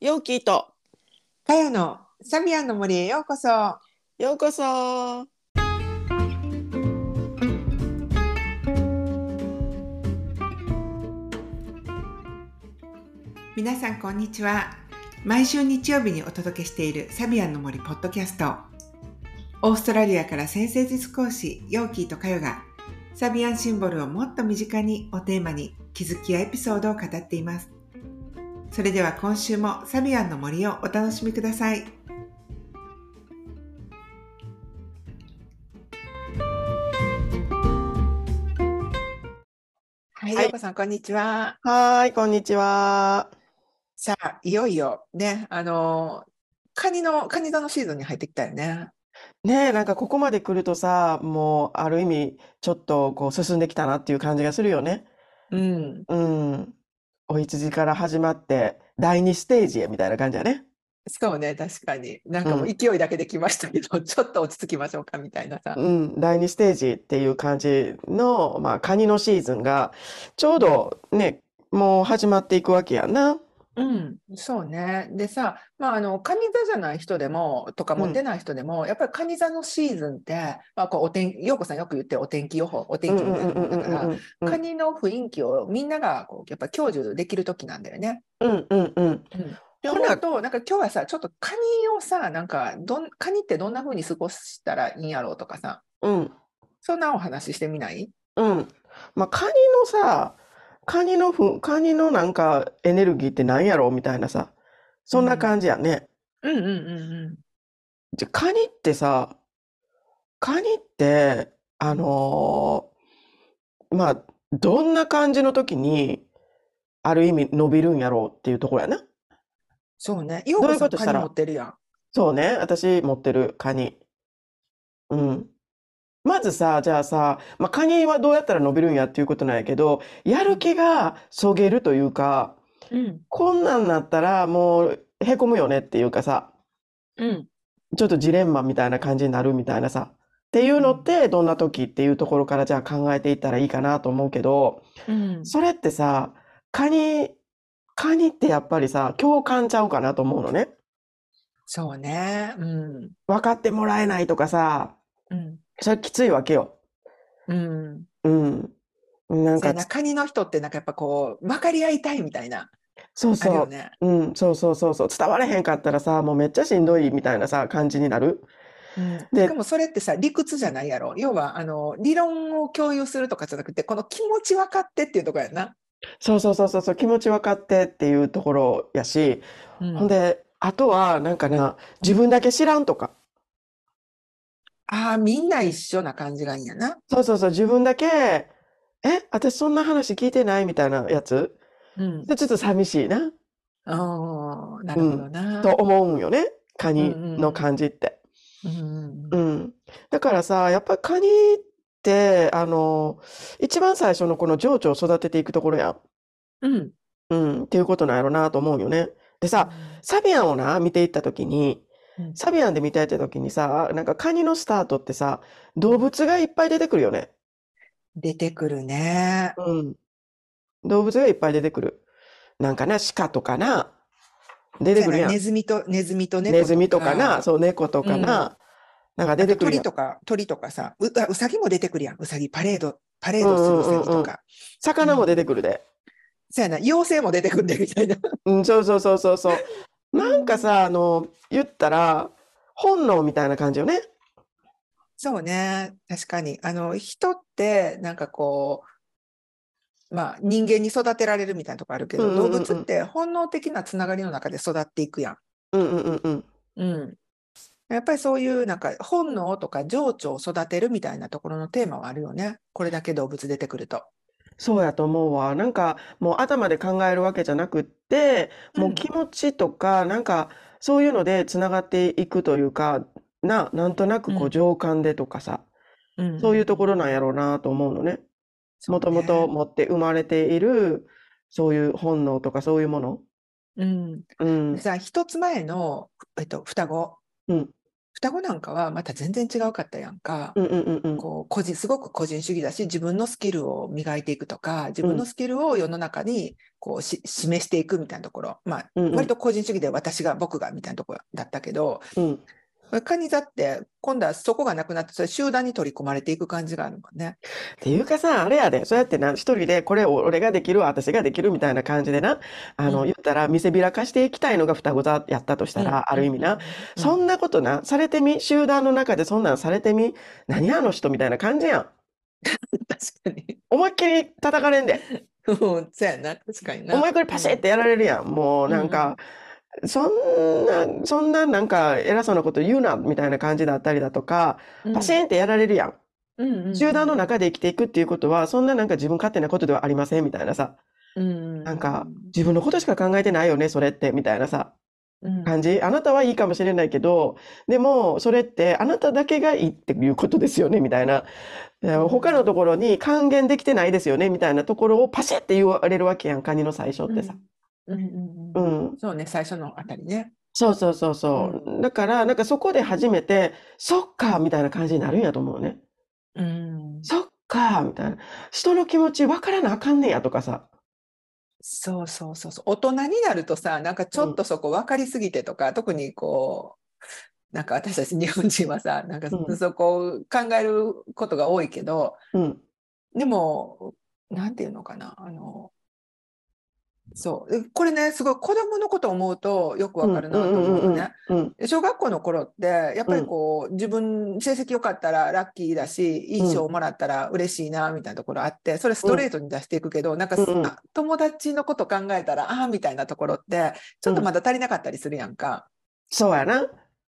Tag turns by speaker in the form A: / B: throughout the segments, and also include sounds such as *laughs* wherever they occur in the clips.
A: ようきーと
B: かやのサビアンの森へようこそ。
A: ようこそ
B: 皆さんこんにちは。毎週日曜日にお届けしているサビアンの森ポッドキャスト。オーストラリアから先生術講師ヨーキーとカヨがサビアンシンボルをもっと身近にをテーマに気づきやエピソードを語っています。それでは今週もサビアンの森をお楽しみください。はい、
A: はい
B: ヨーコさんこんにちは。
A: はーいこんにちは
B: さあ、いよいよね、あのー、カニの、カニ座のシーズンに入ってきたよね。
A: ねえなんかここまで来るとさもうある意味ちょっとこう進んできたなっていう感じがするよね
B: うん。
A: うんお羊から始まって第2ステージへみたいな感じだね
B: しかもね、確かに、なんかもう
A: う
B: 勢いだけで来ましたけど、 *laughs* ちょっと落ち着きましょうかみたいなさ。
A: うん、第2ステージっていう感じの、まあ、カニのシーズンがちょうどねもう始まっていくわけやな
B: うん、そうね。でさ、まあ、あの、カニ座じゃない人でも、とか
A: うん
B: 持ってない人でも、やっぱりカニ座のシーズンって、まあ、こう、お天、ようこさんよく言ってるお天気予報、お
A: うん
B: 天
A: う
B: 気み
A: ん
B: たい
A: う
B: なも
A: ん
B: んだか
A: うん
B: ら、
A: うんうん
B: カニの雰囲気をみんなが、こう、やっぱ享受できる時なんだよね。
A: うんうんうん
B: って思うと、なんか今日はさ、ちょっとカニをさ、なんかどん、カニってどんな風に過ごしたらいいんやろうとかさ、
A: うん
B: そんなお話ししてみない
A: うん。まあ、カニのさ、カニのふ、カニのなんかエネルギーってなんやろみたいなさ、そんな感じやね。
B: うんうんう
A: じゃ、カニってさ、カニって、あのーまあ、どんな感じの時に、ある意味伸びるんやろうっていうところやな。
B: そうね。よ
A: う
B: う
A: い
B: こ
A: う
B: さ
A: こ
B: ん
A: とし
B: カ
A: た
B: ニ
A: ら
B: 持ってるやん。
A: そうね、私持ってるカニ。うん。まずさ、じゃあさ、まあ、カニはどうやったら伸びるんやっていうことなんやけど、やる気がそげるというか、
B: うん。
A: こんなんなったらもうへこむよねっていうかさ、
B: うん。
A: ちょっとジレンマみたいな感じになるみたいなさ、っていうのってどんな時っていうところからじゃあ考えていったらいいかなと思うけど、
B: うん。
A: それってさ、カニ、カニってやっぱりさ、共感ちゃうかなと思うのね。
B: そうね。うん。
A: 分かってもらえないとかさ、
B: うん。
A: それきついわけよ。
B: うん。
A: うん。なん
B: そう
A: か、
B: やなカニの人ってなんかやっぱこう、分かり合いたいみたいな、
A: そう
B: ある
A: そ
B: よ
A: う。
B: ね。
A: うん、そうそうそうそう。伝われへんかったらさ、もうめっちゃしんどいみたいなさ、感じになる。
B: うん
A: で
B: しかもそれってさ、理屈じゃないやろ。要は、あの、理論を共有するとかじゃなくて、この気持ち分かってっていうとこやな。
A: そうそうそうそうそう、気持ち分かってっていうところやし、
B: うん
A: ほんで、あとは、なんかな、自分だけ知らんとか。
B: ああ、みんな一緒な感じがいいんやな。
A: そうそうそう、自分だけ、え、私そんな話聞いてないみたいなやつ。
B: うん。
A: ちょっと寂しいな、
B: ああ、なるほどな。
A: と思うんよね。カニ
B: うんうんうん
A: の感じって。
B: うん
A: う。ん。だからさ、やっぱりカニって、あの、一番最初のこの情緒を育てていくところやん。
B: うん。
A: うん、っていうことなんやろなと思うよね。でさ、サビアンをな、見ていったときに、
B: うん
A: サビアンで見ていったときにさ、なんかカニのスタートってさ、動物がいっぱい出てくるよね。
B: 出てくるね。
A: うん。動物がいっぱい出てくる。なんかな、鹿とかな、出てくるやん。
B: ネズミと、ネズミと猫
A: ネズミとかな、そう、猫とか
B: うん
A: な、なんか
B: な
A: 出
B: んか
A: てくる
B: 鳥
A: やん。
B: とか、鳥とかさ、う、あうさぎも出てくるやん。うさぎ、パレード、パレードするうさぎ
A: うんうんう
B: と
A: んう
B: か。
A: 魚も出てくるで。
B: そうやな、妖精も出てくるんで、みたいな。 *laughs*
A: うん、そうそうそうそうそう。なんかさ、あの、言ったら、本能みたいな感じよね。
B: そうね、確かに。あの、人って、なんかこう、まあ、人間に育てられるみたいなとこあるけ
A: うんうん
B: ど、
A: うん
B: 動
A: うん
B: 物って本能的なつながりの中で育っていくやん。
A: うんうんうんうん。
B: うん。やっぱりそういうなんか本能とか情緒を育てるみたいなところのテーマはあるよね。これだけ動物出てくると。
A: そうやと思うわ。なんかもう頭で考えるわけじゃなくって、もううん気持ちとか、なんかそういうのでつながっていくというか、な、なんとなくこ
B: うん
A: う情感でとかさ、
B: うん
A: そういうところなんやろうなと思うのね。もともと持って生まれている、そういう本能とかそういうもの。
B: うん。
A: うん。
B: さあ、一つ前の、えっと、双子。
A: うん
B: 双子なんかはまた全然違うかったやんか。
A: うんうんうんうん。
B: こう個人すごく個人主義だし自分のスキルを磨いていくとか自分
A: う
B: の
A: ん
B: スキルを世の中にこうし示していくみたいなところ、まあ、
A: うんうん
B: 割と個人主義で私が僕がみたいなところだったけど
A: うん。
B: カニ座って今度はそこがなくなってそれ集団に取り込まれていく感じがあるもんね。
A: っていうかさ、あれやで、そうやってな、一人でこれを俺ができるわ、私ができるみたいな感じでな、あ
B: うん
A: の、言ったら見せびらかしていきたいのが双子座やったとしたら、ある意味な、そ
B: うん
A: んなことな、されてみ、集団の中でそんなんされてみ、何あの人みたいな感じやん。
B: 確かに。 *laughs*
A: 思いっきり叩かれんで、
B: うんそうやな確かにな。
A: 思いっきりパシッてやられるやん。もうなんか、そんな、そんななんか偉そうなこと言うな、みたいな感じだったりだとか、
B: うん
A: パシーンってやられるやん。
B: うんうんうん
A: 集団の中で生きていくっていうことは、そんななんか自分勝手なことではありませんみたいなさ、
B: うん
A: なんか自分のことしか考えてないよね、それって、みたいなさ、感じ。あなたはいいかもしれないけど、でも、それってあなただけがいいっていうことですよね、みたいな。で
B: うん
A: 他のところに還元できてないですよね、みたいなところをパシッって言われるわけやん、カニの最初ってさ。
B: うんうん
A: う
B: う
A: ん
B: うん
A: ん。
B: そうね最初のあたりね。
A: そうそうそうそうう。だから、なんかそこで初めて、そっか、みたいな感じになるんやと思うね。
B: うん
A: そっか、みたいな。人の気持ち分からなあかんねやとかさ。
B: そうそうそうそう大人になるとさなんかちょっとそこ分かりすぎてとか、特にこうなんか私たち日本人はさなんか
A: うん
B: そこを考えることが多いけど、
A: うん。
B: でもなんていうのかなあのそうえこれねすごい子供のこと思うとよく分かるなと思うのね。
A: うんうんうん
B: で小学校の頃ってやっぱりこう、自分成績良かったらラッキーだしいい賞をもらったら嬉しいなみたいなところあってそれストレートに出していくけど、なんか、
A: うんうん
B: あ友達のこと考えたらああみたいなところってちょっとまだ足りなかったりするやんか。
A: そうやな。
B: うん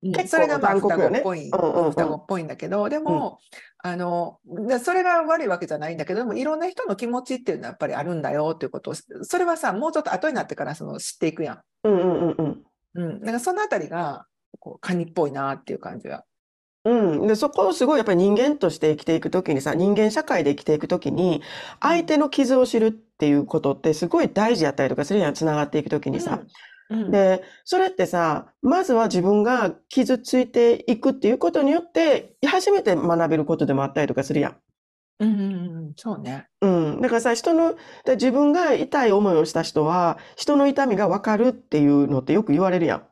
A: 結構
B: それがまあ
A: 残
B: 双
A: 酷よ
B: 子っ
A: ね
B: ぽい、
A: うんうんうん
B: 双子っぽいんだけどでも、あのでそれが悪いわけじゃないんだけどでもいろんな人の気持ちっていうのはやっぱりあるんだよっていうことをそれはさもうちょっと後になってからその知っていくやん。
A: うんうんうん
B: うん、なんかそのあたりがこうカニっぽいなっていう感じは。
A: うん。うん。で、そこをすごいやっぱり人間として生きていくときにさ、人間社会で生きていくときに、相手の傷を知るっていうことってすごい大事やったりとかするやん、つながっていくときにさ。
B: うん、うん、
A: で、それってさ、まずは自分が傷ついていくっていうことによって、初めて学べることでもあったりとかするやん。
B: うんうんうん、そうね。
A: うん。だからさ、人の、だから自分が痛い思いをした人は、人の痛みがわかるっていうのってよく言われるやん。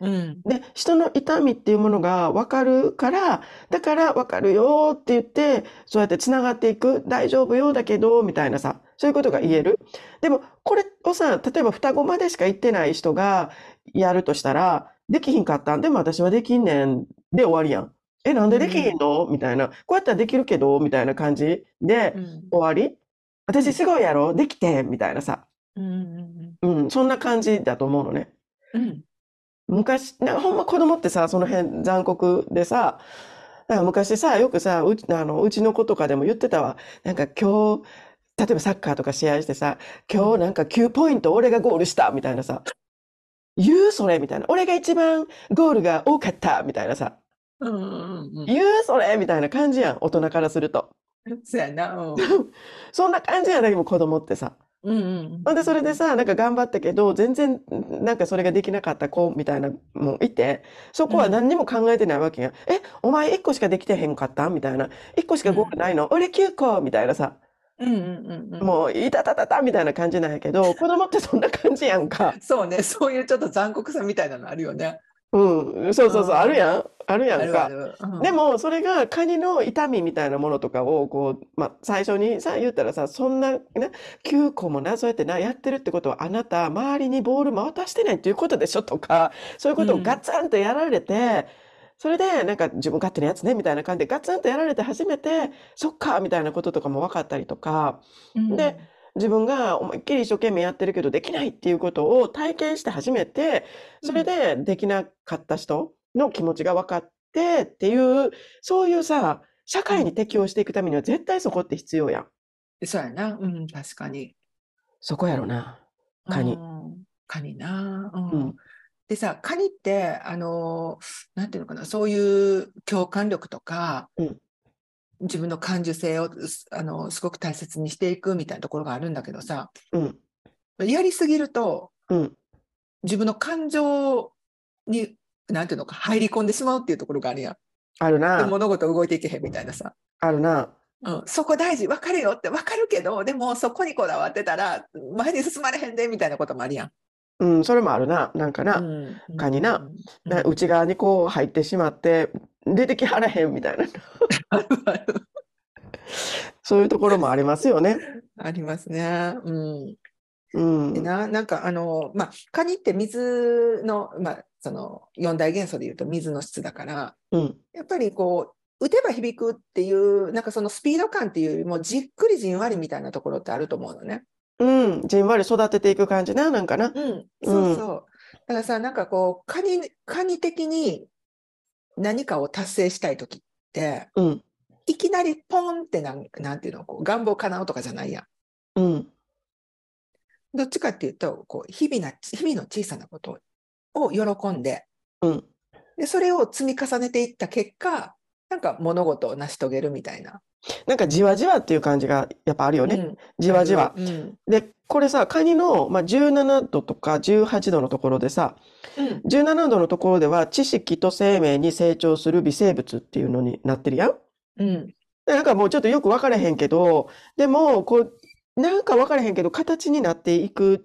B: うん、
A: で、人の痛みっていうものが分かるから、だから分かるよって言って、そうやってつながっていく、大丈夫よだけど、みたいなさ、そういうことが言える。でも、これをさ、例えば双子までしか言ってない人がやるとしたら、できひんかったんでも私はできんねんで終わりやん。え、なんでできひんのみたいな。こうやったらできるけど、みたいな感じで
B: うん、
A: 終わり。私すごいやろできてんみたいなさ。
B: うん、うん
A: うん、そんな感じだと思うのね。
B: うん、うん、
A: 昔、なほんま子供ってさ、その辺残酷でさ、なんか昔さ、よくさ、うち、あの、うちの子とかでも言ってたわ。なんか今日、例えばサッカーとか試合してさ、今日なんか9ポイント俺がゴールしたみたいなさ、言うそれみたいな。俺が一番ゴールが多かったみたいなさ、
B: うん、うん、
A: 言うそれみたいな感じやん、大人からすると。
B: そうやな。
A: *laughs*
B: うん、
A: そんな感じやん、でも子供ってさ。
B: うん、うん、
A: ほんで、それでさ、なんか頑張ったけど、全然、なんかそれができなかった子みたいなのもいて、そこは何にも考えてないわけやん。え、お前1個しかできてへんかったみたいな。1個しかゴールないの俺9個みたいなさ。
B: うん、うん、うん、うん。
A: もう、いたたたたみたいな感じなんやけど、子供ってそんな感じやんか。
B: そうね、そういうちょっと残酷さみたいなのあるよね。
A: うん。そうそうそう、
B: あー
A: あるやん。あるや
B: あ
A: ん
B: るあ
A: か。
B: る。うん
A: でも、それがカニの痛みみたいなものとかを、こう、まあ、最初にさ、言ったらさ、そんな、な、9個もな、そうやってな、やってるってことは、あなた、周りにボール回してないっていうことでしょとか、そういうこと
B: う
A: を
B: ん
A: ガツンとやられて、それで、なんか、自分勝手なやつね、みたいな感じで、ガツンとやられて初めて、そっか、みたいなこととかも分かったりとか、
B: うん
A: で自分が思いっきり一生懸命やってるけどできないっていうことを体験して初めて、それでできなかった人の気持ちが分かってっていう、そういうさ、社会に適応していくためには絶対そこって必要やん。
B: そうやな、うん、確かに。
A: そこやろな。カニ
B: うん。カニな、うん。
A: うん。
B: でさ、カニって、あのー、なんていうのかな、そういう共感力とか、
A: うん
B: 自分の感受性を、すあのー、すごく大切にしていくみたいなところがあるんだけどさ、
A: うん。
B: やりすぎると、
A: うん。
B: 自分の感情になんていうのか、入り込んでしまうっていうところがあるやん。
A: あるな、
B: 物事動いていけへんみたいなさ。
A: あるな。
B: うん、そこ大事、わかるよってわかるけど、でもそこにこだわってたら、前に進まれへんでみたいなこともあるやん。
A: うん、それもあるな。なんかな、
B: うん
A: 他にな。
B: うん
A: な内側にこう入ってしまって、出てきはらへんみたいな、 *laughs*
B: あるある
A: そういうところもありますよね。
B: *laughs* ありますね。うん。
A: うん
B: で。な、なんかあの、まあ、カニって水の、まあ、その四大元素でいうと水の質だから、
A: うん。
B: やっぱりこう、打てば響くっていう、なんかそのスピード感っていうよりも、じっくりじんわりみたいなところってあると思うのね。
A: うん。じんわり育てていく感じな、なんかな。
B: うん、そうそう。だからさ、なんかこう、カニ、カニ的に何かを達成したいときって、
A: うん。
B: いきなりポンってなん、なんていうの、こう願望叶うとかじゃないやん。
A: うん。
B: どっちかっていうと、こう、日々な、日々の小さなことを喜んで、
A: うん。
B: で、それを積み重ねていった結果、なんか物事を成し遂げるみたいな。
A: なんかじわじわっていう感じがやっぱあるよね。
B: ん、
A: じわじわ。
B: うん。
A: で、これさ、カニの、まあ、17度とか18度のところでさ、
B: うん。
A: 17度のところでは知識と生命に成長する微生物っていうのになってるやん。
B: うん。
A: でなんかもうちょっとよく分からへんけど、でも、こう、なんか分からへんけど、形になっていく、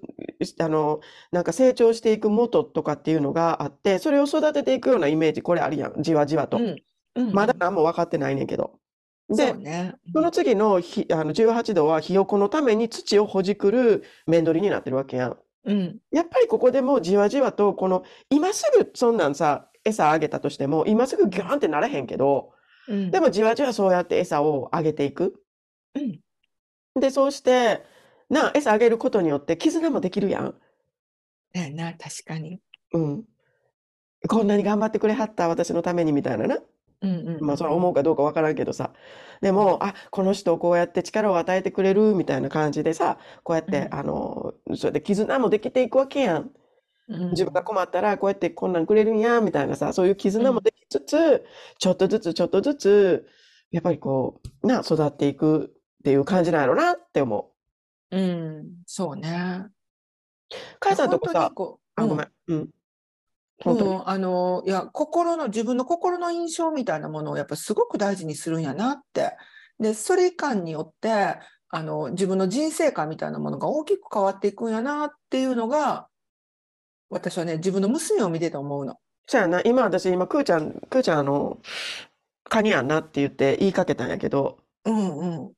A: あの、なんか成長していく元とかっていうのがあって、それを育てていくようなイメージ、これあるやん。じわじわと。
B: うん。
A: まだ何も分かってないねんけど。で
B: そう、ね。
A: その次のひ、あの18度はひよこのために土をほじくる面取りになってるわけやん。
B: うん。
A: やっぱりここでもうじわじわと、この、今すぐそんなんさ、餌あげたとしても、今すぐギャーンってならへんけど、
B: うん。
A: でもじわじわそうやって餌をあげていく。
B: うん、
A: で、そうして、なあ、餌あげることによって絆もできるやん。
B: ねな、確かに。
A: うん。こんなに頑張ってくれはった、私のためにみたいなな。
B: うんうん。
A: まあ、それは思うかどうかわからんけどさ。でも、あ、この人をこうやって力を与えてくれるみたいな感じでさ、こうやって、
B: うん
A: あの、そうやって絆もできていくわけやん。
B: うん
A: 自分が困ったら、こうやってこんなんくれるんや、みたいなさ、そういう絆もできつつ、ちょっとずつちょっとずつ、やっぱりこう、な、育っていくっていう感じなんやろなって思
B: うん、そうね。
A: う。母さんとこさ、
B: こう
A: あ、ごめん。うん。本当に。
B: うんあの、いや、心の、自分の心の印象みたいなものをやっぱすごく大事にするんやなって。で、それ感によって、あの、自分の人生観みたいなものが大きく変わっていくんやなっていうのが、私はね、自分の娘を見てて思うの。
A: そやな、今私、今、くーちゃん、くーちゃん、あの、カニやんなって言って言いかけたんやけど、
B: うんうん。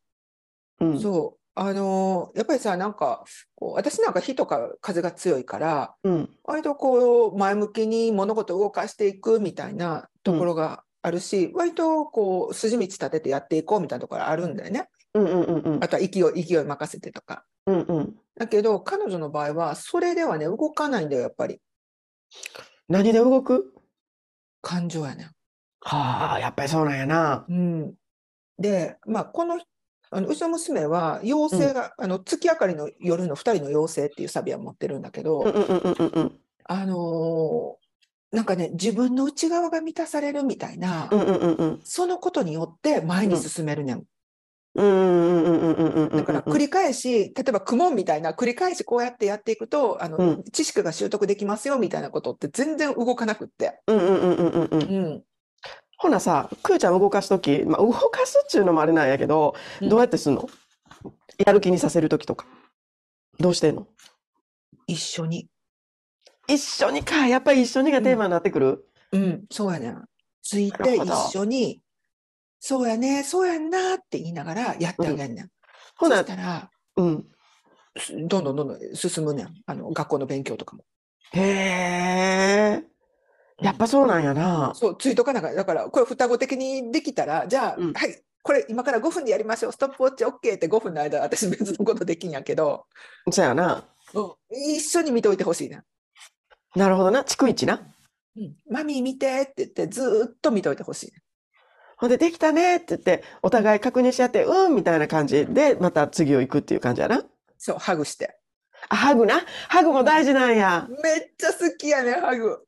A: うん。
B: そう。あの、やっぱりさ、なんか、こう私なんか火とか風が強いから、
A: うん。
B: 割とこう前向きに物事を動かしていくみたいなところがあるし、割とこう筋道立ててやっていこうみたいなところあるんだよね。
A: うんうんうんうん
B: あとは勢い、勢い任せてとか。
A: うんうん。
B: だけど彼女の場合はそれではね、動かないんだよ、やっぱり。
A: 何で動く
B: 感情やね。
A: はあ、やっぱりそうなんやな。
B: うん。で、まあこの、あのうちの娘は妖精が、あの月明かりの夜の2人の妖精っていうサビは持ってるんだけど、
A: うんうんうんうんうんうん。
B: あのーなんかね、自分の内側が満たされるみたいな、
A: うんうんうんうん。
B: そのことによって前に進めるねん。
A: うんうんうんうんうんうんうんうん。
B: だから繰り返し、例えば苦問みたいな、繰り返しこうやってやっていくと、あの、
A: うん
B: 知識が習得できますよみたいなことって全然動かなくって。
A: うんうんうんうんうんうん。
B: うん。
A: ほなさ、くーちゃん動かすとき、まあ、動かすっちゅうのもあれなんやけど、
B: うん
A: どうやってすんのやる気にさせるときとか。どうしてんの
B: 一緒に。
A: 一緒にか、やっぱり一緒にがテーマになってくる。
B: うん、そうやねん。つい
A: な
B: て
A: るほど
B: 一緒に、そうやね、そうやんなって言いながらやってあげんねん。
A: ほ
B: そ
A: な
B: し、たら、
A: うん。
B: すどんどんどんどん進むねん。あの、学校の勉強とかも。
A: へえ。やっぱそうなんやな。
B: そう、ついとかなんか、だから、これ双子的にできたら、じゃあ、
A: うん
B: はい、これ今から5分でやりましょう、ストップウォッチ OK って5分の間、私別のことできんやけど、
A: そやな。
B: 一緒に見といてほしいな。
A: なるほどな。逐一な。
B: マミー見てって言って、ずーっと見といてほしい。
A: ほんで、できたねって言って、お互い確認し合って、うんみたいな感じで、また次を行くっていう感じやな。
B: そう、ハグして。
A: あ、ハグな。ハグも大事なんや。
B: めっちゃ好きやね、ハグ。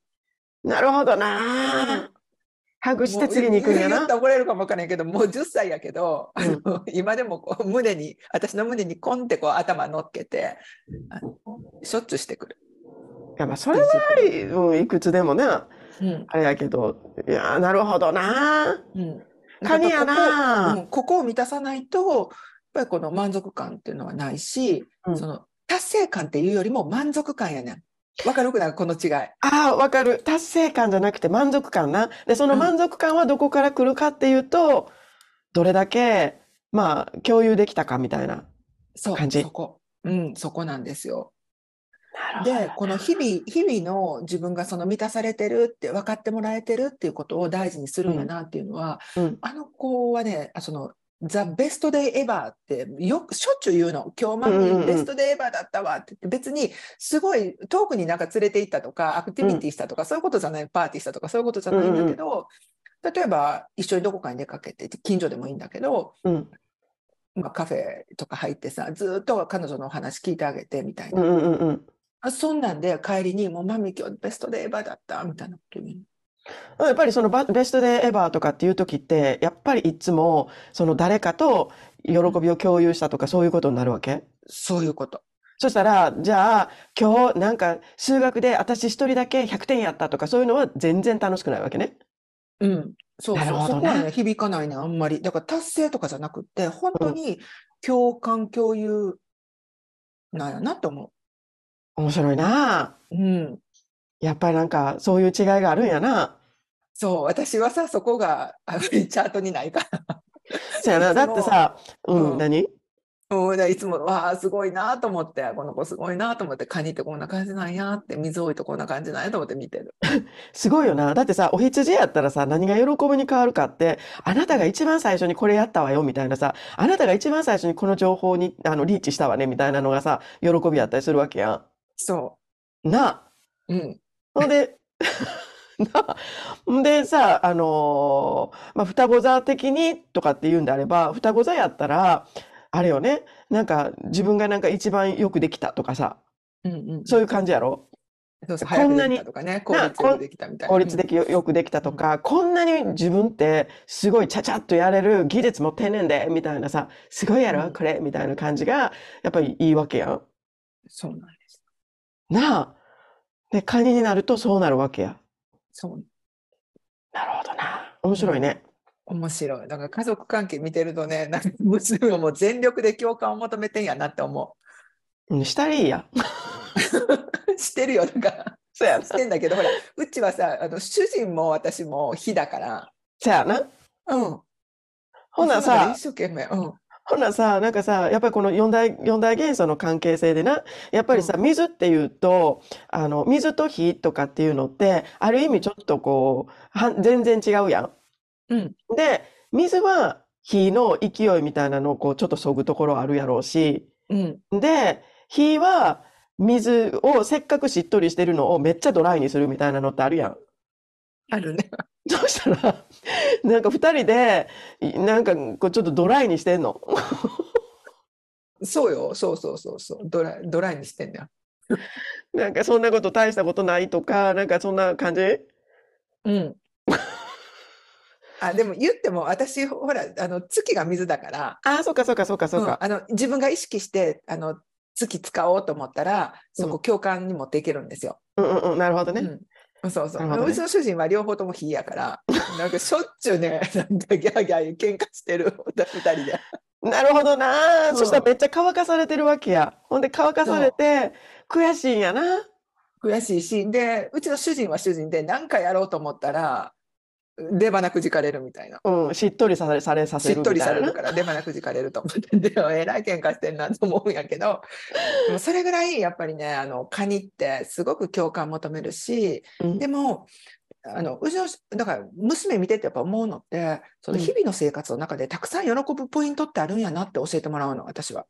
A: なるほどな。ハグして次に行くんや
B: もう言
A: な
B: った。ら怒られるかもわからんけど、もう10歳やけど、あの今でもこう胸に、私の胸にコンってこう頭乗っけて、あのしょっちゅうしてくる。
A: いや、まあ、それは、うん、いくつでもな。
B: うん
A: あれだけど、いやー、なるほどな
B: うん、
A: ー。カニやな
B: うんここを満たさないとやっぱりこの満足感っていうのはないし、
A: うん
B: その達成感っていうよりも満足感やねん。わかるくないこの違い。
A: ああ、わかる。達成感じゃなくて満足感な。で、その
B: うん
A: 満足感はどこから来るかっていうと、どれだけ、まあ、共有できたかみたいな。
B: そう
A: 感じ
B: そこ、うん、そこなんですよ。
A: な
B: でこの日々日々の自分がその満たされてるって分かってもらえてるっていうことを大事にするんやなっていうのは、
A: うん
B: あの子はねあその「ザ・ベスト・デイ・エバー」ってよくしょっちゅう言うの「今日マミ
A: うんうんうん
B: ーベスト・デイ・エバーだったわ」って言って別にすごい遠くになんか連れて行ったとかアクティビティしたとか、そういうことじゃないパーティーしたとかそういうことじゃないんだけど、例えば一緒にどこかに出かけて近所でもいいんだけど、
A: うん、
B: まあ、カフェとか入ってさずーっと彼女のお話聞いてあげてみたいな
A: う。んうんうんうん。
B: あそんなんで帰りに、もうマミ今日ベストデーバーだったみたいなことに。
A: やっぱりそのバベストデーエバーとかっていう時って、やっぱりいつも、その誰かと喜びを共有したとかそういうことになるわけ
B: そういうこと。
A: そしたら、じゃあ、今日なんか数学で私一人だけ100点やったとかそういうのは全然楽しくないわけね。
B: うん。そう
A: なる
B: そう。
A: ほど
B: そ
A: ね
B: こはね、響かないね、あんまり。だから達成とかじゃなくって、本当に共感共有なんやなと思
A: 面白いなあ
B: う。うん。
A: やっぱりなんかそういう違いがあるんや *laughs* な。
B: そう、私はさ、そこがあのチャートにないから。 *laughs*
A: そうやな。
B: いつも
A: だってさ、うん、
B: うん
A: 何
B: うん、だからいつも、わあ、すごいなと思って、この子すごいなと思って、カニってこんな感じなんやって、水多いとこんな感じなんやと思って見てる。
A: すごいよな。だってさ、お羊やったらさ、何が喜びに変わるかって、あなたが一番最初にこれやったわよ、みたいなさ、あなたが一番最初にこの情報に、あの、リーチしたわね、みたいなのがさ、喜びやったりするわけや
B: そ
A: ん。なあ。
B: う。うん。
A: ほんで、 *laughs* なあんでさ、あのーまあ、双子座的にとかって言うんであれば、双子座やったら、あれよね、なんか自分がなんか一番よくできたとかさ、
B: うんうん。
A: そういう感じやろ
B: そうそう、
A: こ
B: 早
A: ん
B: く
A: な
B: で
A: に
B: きたとかね、効
A: な
B: 率よくできたみたいな。
A: 効率的よ、よくできたとか、こんなに自分ってすごいちゃちゃっとやれる技術持ってんねんで、みたいなさ、すごいや
B: う
A: ろ
B: ん
A: これ、みたいな感じが、やっぱりいいわけやん。
B: そうなんです。
A: なあ。で、カニになるとそうなるわけや。
B: そう。
A: なるほどな。面白いね。
B: 面白い。だから家族関係見てるとね、なんか娘はもう全力で共感を求めてんやなって思
A: うん、したらいい *laughs* や。
B: う。 *laughs* してるよ、だから。
A: そうやな。
B: してんだけど、ほら、うちはさ、あの主人も私も火だから。
A: そうやな。
B: うん。
A: ほな
B: そうだ
A: さ
B: ね一、生懸命。うん。
A: ほなさ、なんかさ、やっぱりこの四大、四大元素の関係性でな、やっぱりさ、
B: う
A: 水っていうと、あの、水と火とかっていうのって、ある意味ちょっとこう、はん全然違うやん。
B: うん。
A: で、水は火の勢いみたいなのをこう、ちょっとそぐところあるやろうし、
B: うん。
A: で、火は水をせっかくしっとりしてるのをめっちゃドライにするみたいなのってあるやん。 *laughs*
B: あるね。 *laughs*
A: そうしたら、 *laughs* なんか二人で、いなんかこうちょっとドライにしてんの。 *laughs*
B: そうよ。そうそうそうそう。ドライ、ドライにしてんだよ。
A: なんかそんなこと大したことないとか、なんかそんな感じ
B: うん。
A: *laughs*
B: あ、でも言っても私、ほら、あの月が水だから。
A: ああ、そっかそっかそっかそっか。
B: うんあの自分が意識してあの月使おうと思ったらそこ共感に持っていけるんですよ。
A: うんうんうん、なるほどね。
B: うん、そうそう、
A: なるほどね
B: うちの主人は両方とも火やから *laughs* なんかしょっちゅうねなんかギャーギャー喧嘩してる2人で
A: なるほどなー。
B: うん
A: そしたらめっちゃ乾かされてるわけや。ほんで乾かされて、悔しいんやな。
B: 悔しいしでうちの主人は主人で何かやろうと思ったら出花くじかれるみたいな。
A: うん、しっとりされ、されさ
B: し
A: せ
B: っ
A: る
B: と
A: み
B: り
A: た
B: され
A: いな
B: る。から出花くじかれると思ってでえらい喧嘩してんなと思うんやけどでもそれぐらいやっぱりねあのカニってすごく共感求めるし
A: うん
B: でもあのうちのだから娘見ててやっぱ思うのってその
A: うん
B: 日々の生活の中でたくさん喜ぶポイントってあるんやなって教えてもらうの私は。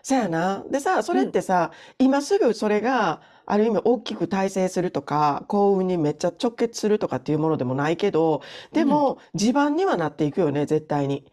A: そやな。でさ、それってさ、今すぐそれが、ある意味大きく大成するとか、幸運にめっちゃ直結するとかっていうものでもないけど、でも、地盤にはなっていくよね、絶対に。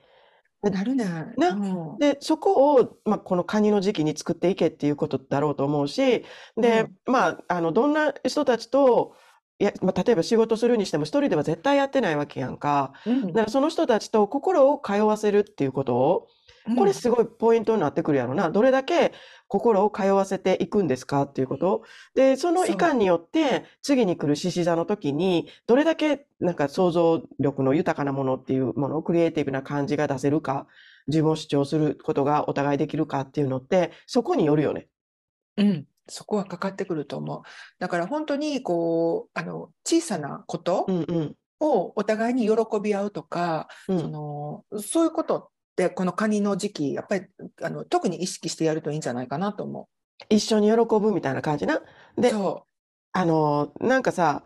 B: なるね。
A: な
B: うん
A: で、そこを、まあ、このカニの時期に作っていけっていうことだろうと思うし、で、まあ、あの、どんな人たちと、いや、まあ、例えば仕事するにしても一人では絶対やってないわけやんか。
B: うん
A: だからその人たちと心を通わせるっていうことを、
B: うん
A: これすごいポイントになってくるやろな。どれだけ心を通わせていくんですかっていうこと。で、その
B: そう
A: いかんによって、次に来る獅子座の時に、どれだけなんか想像力の豊かなものっていうものをクリエイティブな感じが出せるか、自分を主張することがお互いできるかっていうのって、そこによるよね。
B: うん、そこはかかってくると思う。だから本当にこうあの小さなこと
A: うんうん。
B: をお互いに喜び合うとか、
A: うん
B: そのそういうことってこのカニの時期やっぱりあの特に意識してやるといいんじゃないかなと思
A: 一緒に喜ぶみたいな感じな。
B: う。
A: で、
B: そ
A: あの、なんかさ、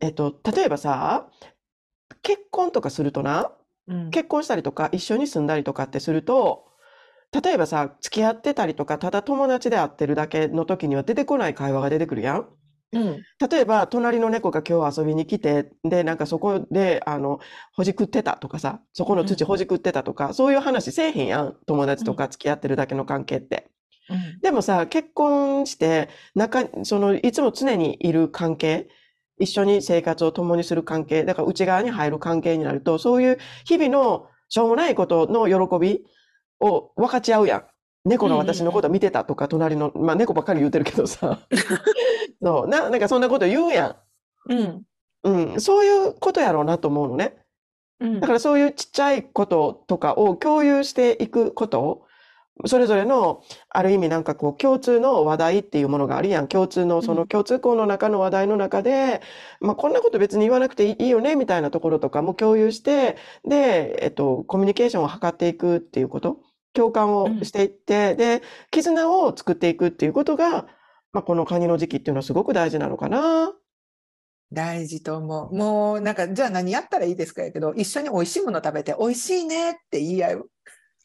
A: えっと、例えばさ、結婚とかするとな、
B: う、うん、
A: 結婚したりとか一緒に住んだりとかってすると例えばさ付き合ってたりとかただ友達で会ってるだけの時には出てこない会話が出てくるやん。
B: うん、
A: 例えば隣の猫が今日遊びに来てでなんかそこであのほじくってたとかさそこの土
B: うん
A: ほじくってたとか、そういう話せえへんやん友達とか付き合ってるだけの関係って。
B: うん、
A: でもさ、結婚して、中、その、いつも常にいる関係、一緒に生活を共にする関係、だから内側に入る関係になると、そういう日々のしょうもないことの喜びを分かち合うやん。猫の私のこと見てたとか、隣の、まあ猫ばっかり言ってるけど *laughs* さ。そう、な、なんかそんなこと言うや
B: うん、
A: ん。うん、そういうことやろうなと思うのね。
B: うん
A: だからそういうちっちゃいこととかを共有していくことを、それぞれの、ある意味なんかこう共通の話題っていうものがあるやん。共通の、その共通項の中の話題の中で、まあこんなこと別に言わなくていいよね、みたいなところとかも共有して、で、えっと、コミュニケーションを図っていくっていうこと、共感をしていって、で、絆を作っていくっていうことが、まあこのカニの時期っていうのはすごく大事なのかな。
B: 大事と思う。もうなんかじゃあ何やったらいいですかやけど一緒に美味しいもの食べて美味しいねって言い合う。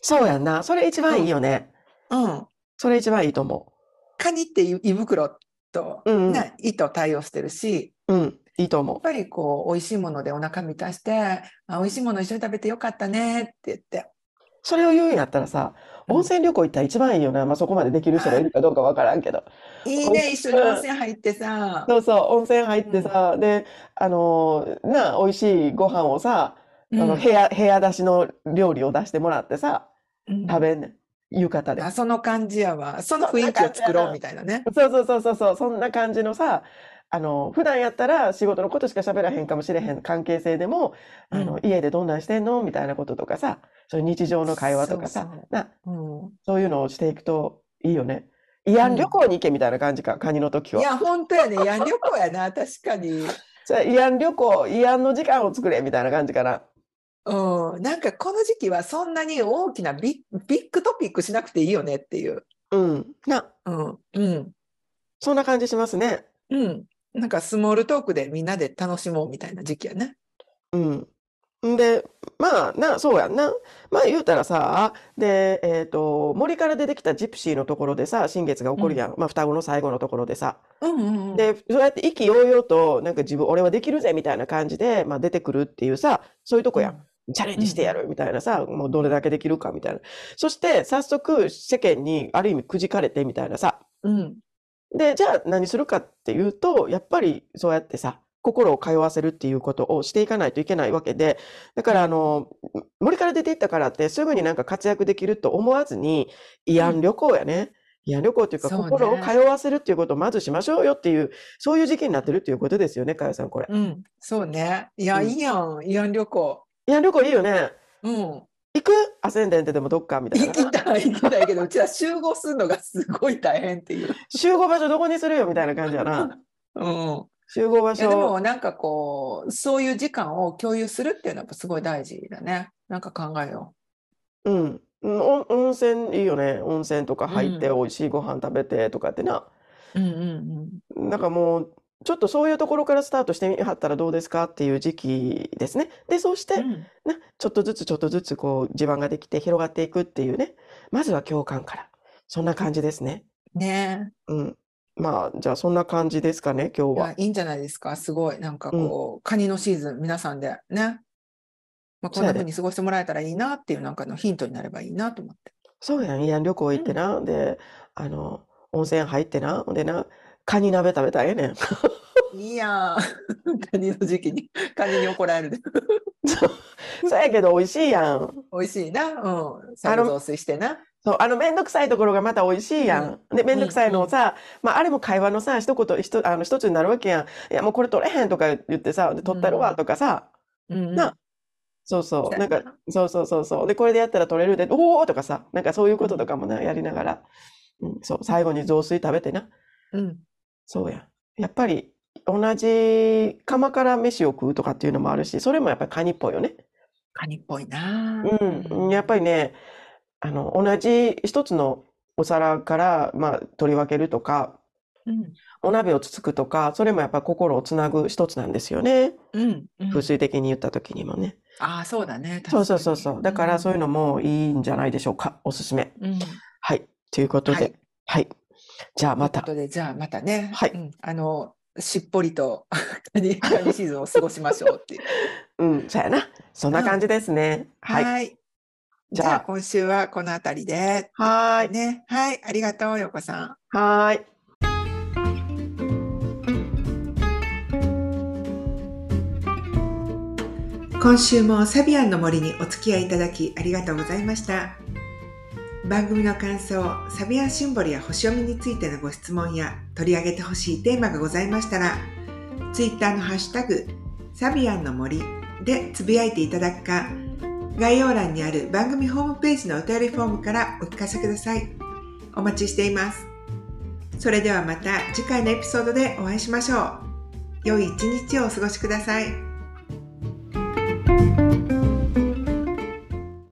A: そうやんな。それ一番いいよね。
B: うん、
A: それ一番いいと思
B: カニっていう胃袋と、
A: う。うんうん。
B: ね、胃と対応してるし、
A: うん、いいと思
B: やっぱりこう美味しいものでお腹満たしてあ美味しいもの一緒に食べてよかったねって言って
A: う。それを言うんやったらさ、
B: うん
A: 温泉旅行行ったら一番いいよな。まあ、そこまでできる人が
B: *laughs*
A: いるかどうかわからんけど。
B: いいね一緒に温泉入ってさ
A: そうそう、温泉入ってさ、で、あのーなあ、美味しいご飯をさ、あの、
B: うん
A: 部屋、部屋出しの料理を出してもらってさ、
B: うん
A: 食べんねん。浴衣で。
B: あその感じやわその雰囲気を作ろうみたいなね
A: そうそうそうそうそう、そんな感じのさ、あの、普段やったら仕事のことしか喋らへんかもしれへん関係性でも、あの、家でどんなんしてんのみたいなこととかさ、そういう日常の会話とかさ
B: そうそう、
A: な、
B: うん
A: そういうのをしていくといいよね。慰安旅行に行けみたいな感じか、カニの時
B: い
A: は。
B: や本当やねいや旅行やな確かに、
A: じゃあ慰安旅行、慰安の時間を作れみたいな感じかな。
B: うん、なんかこの時期はそんなに大きなビッビッグトピックしなくていいよねっていう
A: うん。な、
B: うんうん
A: そんな感じしますね。
B: うんなんかスモールトークでみんなで楽しもうみたいな時期やね
A: うん。んで、まあ、な、そうやんな。まあ言うたらさ、で、えっと、森から出てきたジプシーのところでさ、新月が起こるやん。まあ双子の最後のところでさ。
B: うんうんうん
A: で、そうやって意気揚々と、なんか自分、俺はできるぜみたいな感じで、まあ出てくるっていうさ、そういうとこやん。チャレンジしてやるみたいなさ、もうどれだけできるかみたいな。そして、早速世間にある意味くじかれてみたいなさ。
B: うん
A: で、じゃあ何するかっていうと、やっぱりそうやってさ、心を通わせるっていうことをしていかないといけないわけで、だからあの、森から出ていったからってすぐになんか活躍できると思わずに、慰安旅行やね。慰安旅行というか
B: そうね
A: 心を通わせるっていうことをまずしましょうよっていう、そういう時期になってるっていうことですよね、かよさんこれ。
B: うん、そうね。いや、
A: うん
B: いいやん、慰安旅行。
A: 慰安旅行いいよね。
B: *laughs* うん、
A: 行くアセンデントでもどっかみたい
B: 行
A: な。
B: きたい、行きたいけど、うちら集合するのがすごい大変っていう。
A: 集合場所どこにするよみたいな感じや
B: *laughs*
A: な。
B: うん、
A: 集合場
B: いやで
A: 所。
B: もなんかこうそういう時間を共有するっていうのはやっぱすごい大事だねなんか考えよ
A: うん。うんお温泉いいよね。温泉とか入って
B: う
A: 美味しいご飯食べてとかってな。
B: ううんうん
A: なんかもう、ちょっとそういうところからスタートしてみはったらどうですかっていう時期ですね。で、そうして、
B: うん
A: な、ちょっとずつちょっとずつこう地盤ができて広がっていくっていうね。まずは共感から。そんな感じですね。
B: ね
A: うん。まあ、じゃあそんな感じですかね、今
B: えい
A: 日は
B: や。いいんじゃないですかすごいなんかこう、カニのシーズン皆さんでね、まあ、こん
A: そう
B: な
A: やで
B: 風に過ごしてもらえたらいいなっていうなんかのヒントになればいいなと思って
A: そうやん、慰安旅行行ってな。で、あの、温泉入ってな。ほんでな、カニ鍋食べたらええねん。
B: *laughs* いいやんカニの時期にカニに怒られる
A: そうやけど *laughs* 美味しいやん。
B: 美味しいな。うん。サル増水してな。
A: そう、あの、めんどくさいところがまた美味しいやん。で、めんどくさいのをさ、まあ、あれも会話のさ、一言、一つ、あの、一つになるわけやん。いや、もうこれ取れへんとか言ってさ、で、取ったるわとかさ、
B: うん
A: なそうそう、
B: そう
A: な
B: や
A: んか、そうそうそうそう。で、これでやったら取れるで、おおとかさ、なんかそういうこととかもね、やりながら、うん、そう、最後に雑炊食べてな。
B: うん。
A: そうやん。やっぱり、同じ釜から飯を食うとかっていうのもあるし、それもやっぱりカニっぽいよね。
B: カニっぽいな。
A: うん、やっぱりね、あの、同じ一つのお皿から、まあ、取り分けるとか、
B: うん。
A: お鍋をつつくとか、それもやっぱり心をつなぐ一つなんですよね。
B: うん。うん
A: 風水的に言った時にもね。
B: ああ、そうだね。
A: そうそうそうそう。だからそういう
B: の。
A: のもいいんじゃないでしょうか。おすすめ。
B: うん。
A: はい。ということ
B: はい
A: で、はい。じゃあま
B: というこ
A: た。
B: とで、じゃあまたね。
A: はい
B: うんあの、しっぽりと *laughs* カニカニシーズンを過ごしましょうっていう。
A: うん、そうやな。そんな感じですね。はい。
B: はい。
A: じ
B: じ
A: ゃあ
B: ゃあ今週はこのあたりで。
A: はーい。
B: ね。はい。ありがとう、ようこさん。
A: はーい。
C: 今週もサビアンの森にお付き合いいただきありがとうございました番組の感想サビアンシンボルや星読みについてのご質問や取り上げてほしいテーマがございましたらツイッターのハッシュタグサビアンの森でつぶやいていただくか概要欄にある番組ホームページのお便りフォームからお聞かせくださいお待ちしていますそれではまた次回のエピソードでお会いしましょう良い一日をお過ごしください。